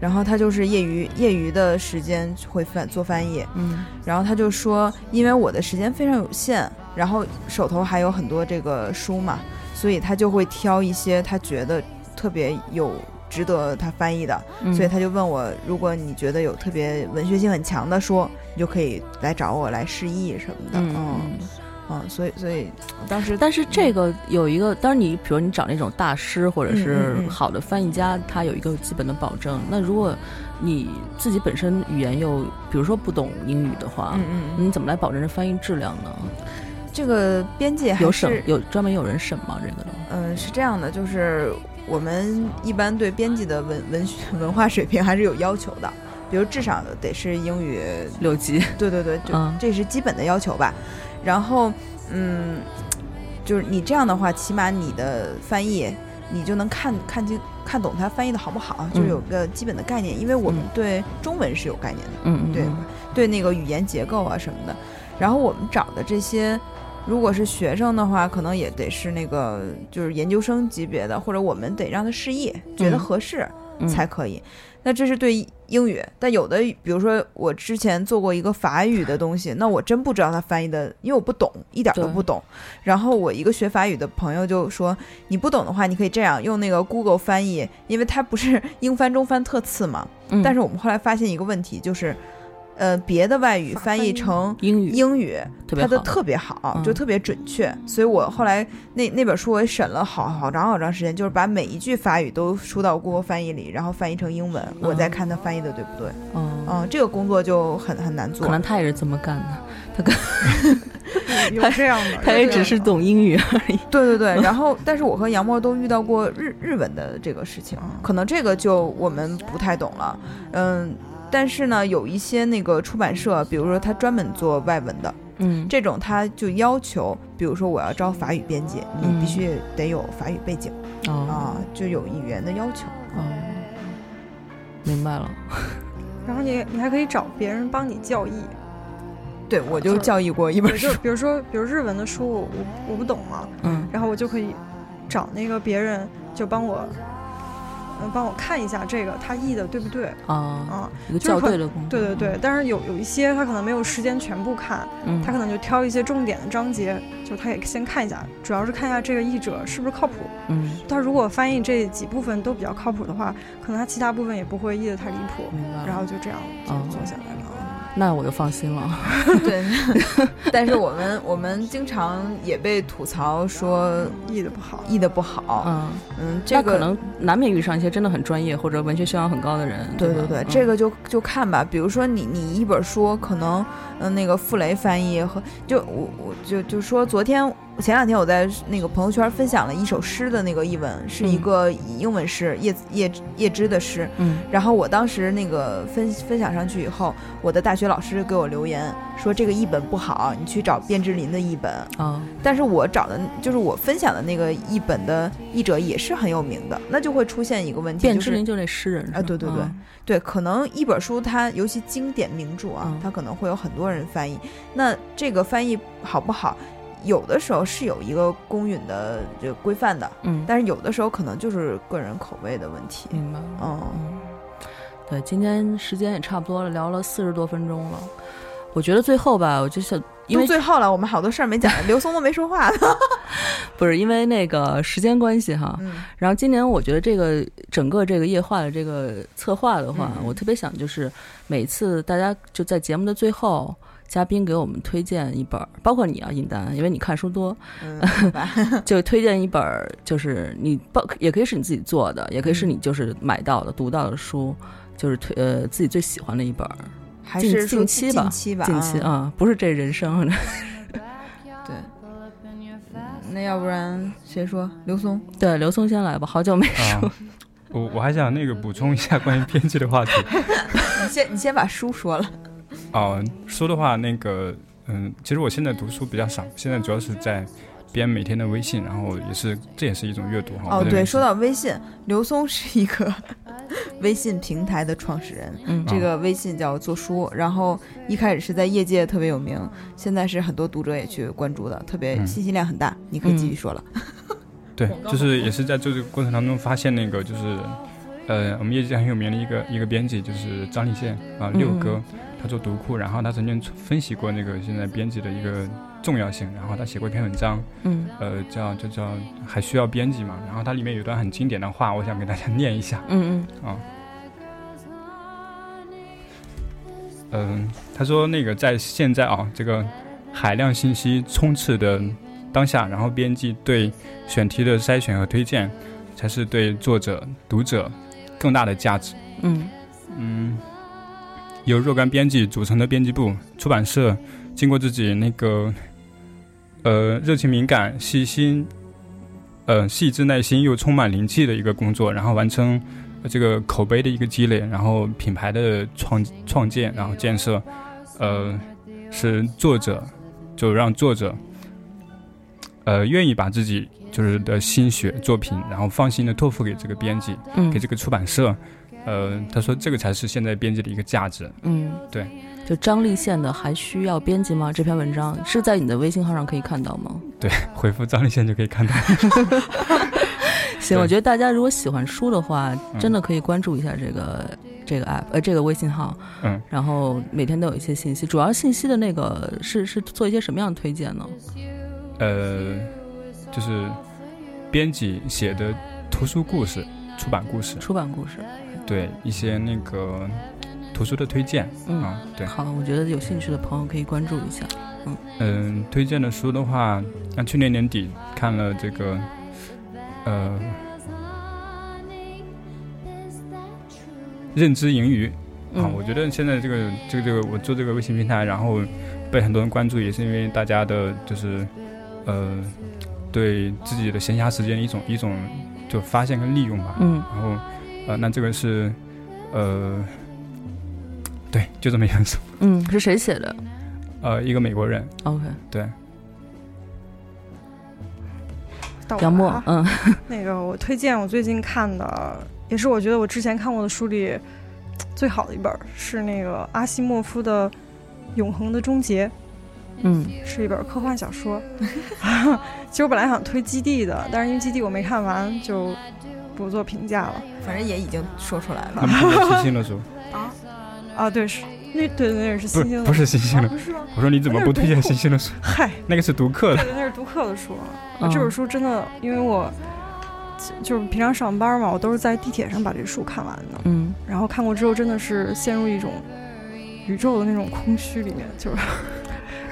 然后他就是业余业余的时间会翻做翻译，嗯然后他就说，因为我的时间非常有限，然后手头还有很多这个书嘛，所以他就会挑一些他觉得特别有值得他翻译的，嗯所以他就问我，如果你觉得有特别文学性很强的书，你就可以来找我来示意什么的，嗯哦嗯嗯。嗯，所以所以当时但是这个有一个，当然你比如你找那种大师或者是嗯嗯嗯好的翻译家，他有一个基本的保证。那如果你自己本身语言又，比如说不懂英语的话，嗯嗯你怎么来保证这翻译质量呢？这个编辑还有是审有专门有人审吗？这个东西？嗯，是这样的，就是我们一般对编辑的文文学 文化水平还是有要求的，比如至少得是英语，六级，对对对，就、嗯这是基本的要求吧。然后，嗯，就是你这样的话，起码你的翻译你就能看看清看懂它翻译的好不好，就嗯有个基本的概念，因为我们嗯对中文是有概念的，嗯嗯， 对嗯对那个语言结构啊什么的。然后我们找的这些，如果是学生的话，可能也得是那个就是研究生级别的，或者我们得让他示意，觉得合适嗯才可以。那这是对英语，但有的比如说我之前做过一个法语的东西，那我真不知道他翻译的，因为我不懂，一点都对不懂。然后我一个学法语的朋友就说，你不懂的话，你可以这样用那个 Google 翻译，因为它不是英翻中翻特次嘛。嗯但是我们后来发现一个问题，就是，呃，别的外语翻译成英语英语，特别它的好特别好，嗯就特别准确。所以我后来那那本书我也审了好好长好长时间，就是把每一句法语都输到 Google 翻译里，然后翻译成英文，嗯我再看它翻译的对不对。哦，嗯，这个工作就很很难做可。能他也是这么干的，有有这样的，他也只是懂英语而已。对对对，然后但是我和杨默都遇到过日日文的这个事情，嗯可能这个就我们不太懂了，嗯，但是呢，有一些那个出版社，比如说他专门做外文的，嗯，这种他就要求，比如说我要招法语编辑，嗯你必须得有法语背景、哦啊，就有语言的要求。明白了。然后你你还可以找别人帮你校译。对，我就教育过一本就比如说，比如日文的书，我我不懂嘛，嗯，然后我就可以找那个别人就帮我，嗯，帮我看一下这个他译的对不对啊，一个就是校可对的工作，对对对，但是有有一些他可能没有时间全部看，嗯他可能就挑一些重点的章节，就他也先看一下，主要是看一下这个译者是不是靠谱。嗯，他如果翻译这几部分都比较靠谱的话，可能他其他部分也不会译得太离谱。啊然后就这样就哦做下来了。那我就放心了。 对，但是我们我们经常也被吐槽说译的不好，译的不好。嗯嗯，这那个可能难免遇上一些真的很专业或者文学修养很高的人。对对对吧对，嗯这个就就看吧。比如说你你一本书，可能嗯、呃那个傅雷翻译和就我我就就说昨天前两天我在那个朋友圈分享了一首诗的那个译文，是一嗯个英文诗叶叶叶芝的诗。嗯然后我当时那个分分享上去以后，我的大学老师给我留言说这个译本不好，你去找卞之琳的译本。啊，但是我找的就是我分享的那个译本的译者也是很有名的，那就会出现一个问题，卞就之是琳就那诗人是吧啊，对对对、嗯对，可能一本书它尤其经典名著啊，它可能会有很多人翻译，那这个翻译好不好？有的时候是有一个公允的这个规范的，嗯但是有的时候可能就是个人口味的问题。明白了。嗯，对，今天时间也差不多了，聊了四十多分钟了。我觉得最后吧，我就想，因为都最后了，我们好多事儿没讲，刘松都没说话呢。不是因为那个时间关系哈。嗯然后今年我觉得这个整个这个夜话的这个策划的话，我特别想就是每次大家就在节目的最后。嘉宾给我们推荐一本儿，包括你啊，尹丹，因为你看书多，就推荐一本儿，就是你包也可以是你自己做的，也可以是你就是买到的、读到的书，就是推呃自己最喜欢的一本儿，还近是说近期吧，近期吧近期啊啊，不是这人生，对，那要不然谁说？刘松？对，刘松先来吧，好久没啊说，我我还想那个补充一下关于编辑的话题。 你先你先把书说了。哦、书的话，那个，嗯，其实我现在读书比较少，现在主要是在编每天的微信，然后也是这也是一种阅读哈。哦，我在对，微信说到微信，刘松是一个微信平台的创始人，嗯这个微信叫做书，然后一开始是在业界特别有名，现在是很多读者也去关注的，特别嗯信息量很大。你可以继续说了。对，就是也是在这个过程当中发现那个就是，呃，我们业界很有名的一个一个编辑就是张立宪啊，嗯六哥，他做读库，然后他曾经分析过那个现在编辑的一个重要性，然后他写过一篇文章，嗯，呃，叫就叫还需要编辑嘛，然后它里面有一段很经典的话，我想给大家念一下，嗯啊。嗯，他说那个在现在啊，这个海量信息充斥的当下，然后编辑对选题的筛选和推荐，才是对作者、读者更大的价值。嗯嗯，由若干编辑组成的编辑部，出版社经过自己那个呃热情、敏感、细心、呃细致、耐心又充满灵气的一个工作，然后完成呃这个口碑的一个积累，然后品牌的创创建，然后建设，呃，使作者就让作者呃愿意把自己就是的心血作品，然后放心的托付给这个编辑，嗯给这个出版社。呃，他说这个才是现在编辑的一个价值。嗯，对，就张立宪的还需要编辑吗？这篇文章是在你的微信号上可以看到吗？对，回复张立宪就可以看 到。对行，我觉得大家如果喜欢书的话，嗯真的可以关注一下这个、这个 app 呃这个微信号，嗯，然后每天都有一些信息，主要信息的那个是是做一些什么样的推荐呢？呃，就是编辑写的图书故事、出版故事，出版故事，对一些那个图书的推荐、嗯啊，对，好，我觉得有兴趣的朋友可以关注一下，嗯嗯、推荐的书的话，那去年年底看了这个，呃，认知盈余。啊，嗯我觉得现在这个这个这个，我做这个微信平台，然后被很多人关注，也是因为大家的，就是呃，对自己的闲暇时间的一种一种就发现跟利用吧。嗯然后呃，那这个是呃，对，就这么一本书。嗯，是谁写的？呃，一个美国人。 OK， 对，到我杨了默啊，嗯，那个我推荐我最近看的，也是我觉得我之前看过的书里最好的一本儿，是那个阿西莫夫的《永恒的终结》。嗯，是一本科幻小说。 其实我本来想推《基地》的，但是因为《基地》我没看完，就不做评价了。反正也已经说出来了。那不是星星的 书，啊，对，是那对对那是不星是星的，不是星哦星的啊不是吗。我说你怎么不推荐星星的书？ 嗨，那个是读 客对的。对，那是读客的书。啊嗯这本书真的，因为我就是平常上班嘛，我都是在地铁上把这书看完的。嗯，然后看过之后，真的是陷入一种宇宙的那种空虚里面，就是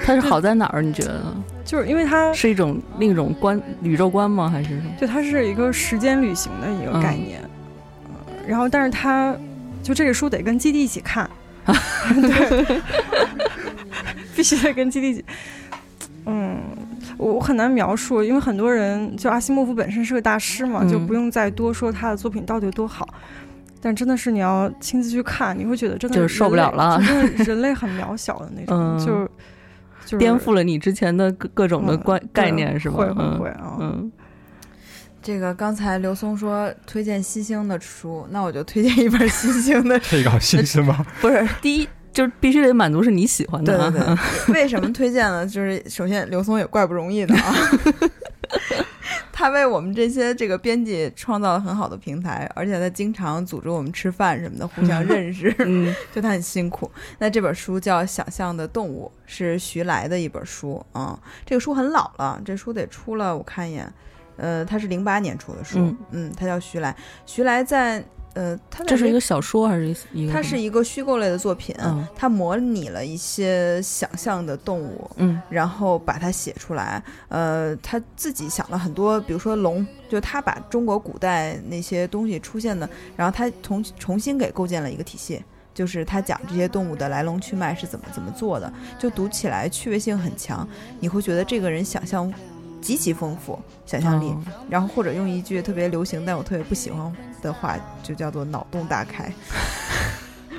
它是好在哪儿？你觉得？就是因为它是一种另一种观宇宙观吗？还是什么？对，它是一个时间旅行的一个概念。嗯呃然后，但是它就这个书得跟基地一起 看，对， 必须得跟基地一起。嗯，我我很难描述，因为很多人就阿西莫夫本身是个大师嘛，就嗯不用再多说他的作品到底有多好。但真的是你要亲自去看，你会觉得真的就是受不人了类了真的人类很渺小的那种， 嗯就是就是颠覆了你之前的各各种的观、概念嗯对啊是吧？会会嗯会啊嗯，这个刚才刘松说推荐西星的书，那我就推荐一本西星的配稿星是 吗？ 不是第一。就是必须得满足是你喜欢的、啊，对对对，为什么推荐呢？就是首先刘松也怪不容易的啊， 他为我们这些这个编辑创造了很好的平台，而且他经常组织我们吃饭什么的，互 相认识，嗯，就他很辛苦。那这本书叫《想象的动物》，是徐来的一本书啊、这个书很老了，这书得出了，我看一眼，呃，它是零八年出的书，嗯嗯，它叫徐来，徐来在。呃，他在这是那一个小说还是一个？它是一个虚构类的作品，嗯它模拟了一些想象的动物，嗯然后把它写出来。呃，他自己想了很多，比如说龙，就他把中国古代那些东西出现的，然后他重重新给构建了一个体系。就是他讲这些动物的来龙去脉是怎么怎么做的，就读起来趣味性很强，你会觉得这个人想象极其丰富，想象力，哦然后或者用一句特别流行但我特别不喜欢的话，就叫做脑洞大开。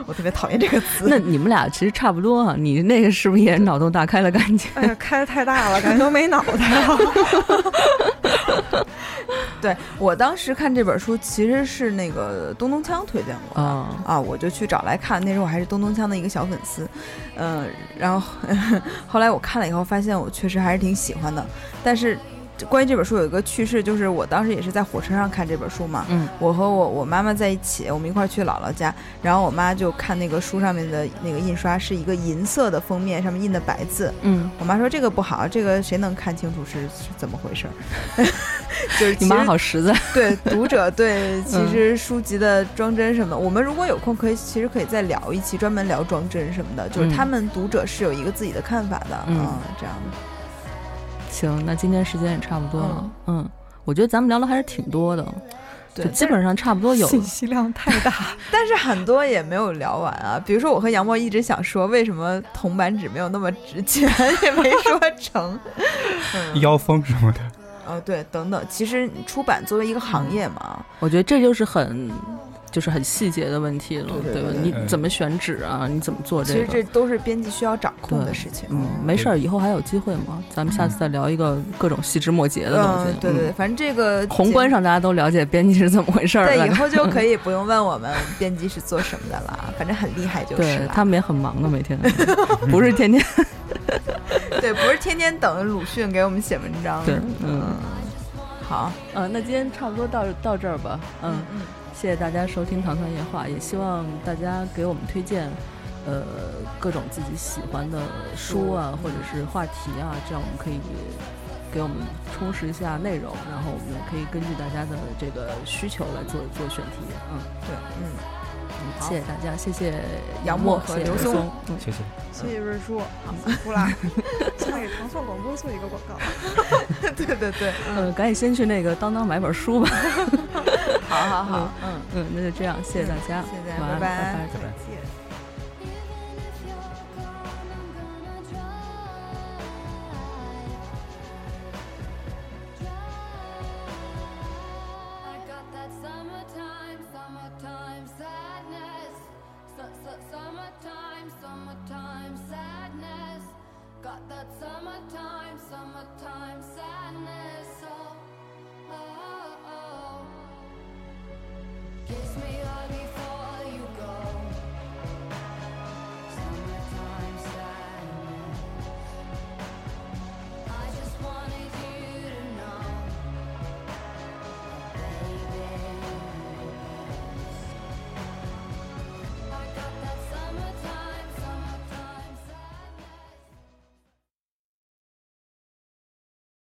我特别讨厌这个词。那你们俩其实差不多啊，你那个是不是也是脑洞大开了感 觉？哎呀，开的太大了，感觉都没脑袋啊了。对我当时看这本书，其实是那个东东锵推荐我的、啊啊，我就去找来看。那时候我还是东东锵的一个小粉丝，嗯、然后后来我看了以后，发现我确实还是挺喜欢的。但是关于这本书有一个趣事，就是我当时也是在火车上看这本书嘛，嗯我和我我妈妈在一起，我们一块儿去姥姥家，然后我妈就看那个书上面的那个印刷是一个银色的封面，上面印的白字，嗯，我妈说这个不好，这个谁能看清楚是是怎么回事儿？ 就是你其妈实好实在， 对读者对嗯其实书籍的装帧什么的，我们如果有空可以其实可以再聊一期专门聊装帧什么的，就是嗯他们读者是有一个自己的看法的，啊嗯这样的。行，那今天时间也差不多了，嗯，我觉得咱们聊的还是挺多的，对就基本上差不多有信息量太大，但是很多也没有聊完啊，比如说我和杨默一直想说，为什么铜版纸没有那么值钱， 也没说成。妖风什么的，呃，对，等等，其实出版作为一个行业嘛，我觉得这就是很，就是很细节的问题了，对对吧对？你对怎么选址啊？你怎么做其这实个？这都是编辑需要掌控对的事情。嗯，没事儿，以后还有机会嘛，咱们下次再聊一个各种细枝末节的东西。嗯，对对对，嗯反正这个宏观上大家都了解编辑是怎么回事儿了。对，以后就 可以不用问我们编辑是做什么的了，啊反正很厉害就是对了。他们也很忙的，每 天不是天天。对，不是天天等鲁迅给我们写文章。对，嗯，好，嗯，那今天差不多到到这儿吧，嗯嗯，谢谢大家收听《糖蒜夜话》，也希望大家给我们推荐，呃，各种自己喜欢的嗯书啊，或者是话题啊，这样我们可以给我们充实一下内容，然后我们可以根据大家的这个需求来做做选题，嗯，对，嗯，好谢谢大家，谢谢杨默默和谢谢刘松松，嗯谢谢。谢谢瑞叔，辛苦 啦，现在给糖蒜广播做一个广告。 对对对，呃，赶紧先去那个当当买本书吧。 好好好，嗯，嗯，那就这样，谢谢大家，谢谢大家晚安，拜拜拜再拜。 I got that summertime, summertime sadness. Su- su- Summertime, summertime sadness. that summertime, summertime sadness. Oh, ah.